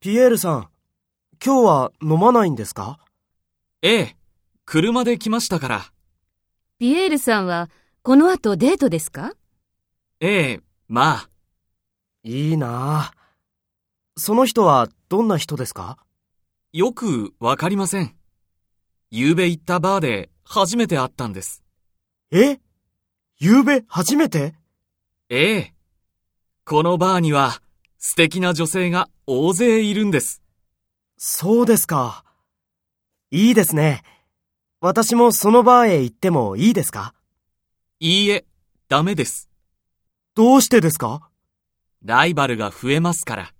ピエールさん、今日は飲まないんですかええ、車で来ましたから。ピエールさんはこの後デートですかええ、まあ、いいなあその人はどんな人ですかよくわかりません。夕べ行ったバーで初めて会ったんです。え昨べ初めてええ、このバーには素敵な女性が大勢いるんです。そうですか。いいですね。私もそのバーへ行ってもいいですかいいえ、ダメです。どうしてですかライバルが増えますから。